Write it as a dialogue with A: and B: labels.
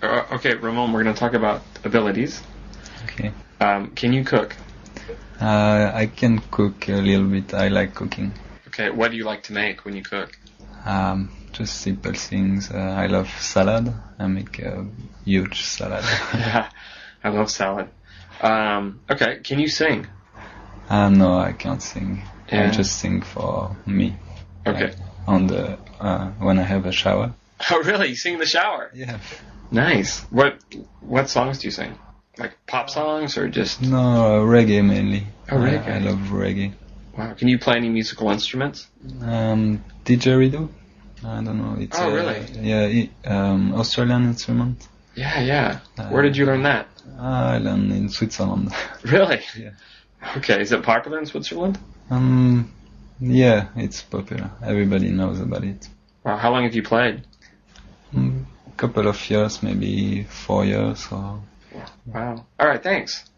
A: Uh, okay, Ramon, we're going to talk about abilities.
B: Okay.
A: Um, can you cook?
B: Uh, I can cook a little bit. I like cooking.
A: Okay, what do you like to make when you cook?
B: Um, just simple things. Uh, I love salad. I make a huge salad.
A: Yeah, I love salad. Um, okay, can you sing?
B: uh, no, I can't sing.
A: Yeah.
B: I just sing for me.
A: Okay.
B: like, on the uh, when I have a shower.
A: Oh, really? You sing in the shower?
B: Yeah.
A: Nice. What What songs do you sing? Like pop songs or just?
B: No, reggae mainly.
A: Oh, reggae.
B: I, I love reggae.
A: Wow. Can you play any musical instruments?
B: Um, didgeridoo. I don't know. It's
A: Oh,
B: a-
A: really?
B: Yeah, i- um, Australian instrument.
A: Yeah, yeah.
B: Uh,
A: Where did you learn that?
B: I learned in Switzerland.
A: Really?
B: Yeah.
A: Okay. Is it popular in Switzerland?
B: um, yeah, it's popular. Everybody knows about it.
A: Wow. How long have you played?
B: Mm, couple of years, maybe four years or
A: Wow. All right. Thanks.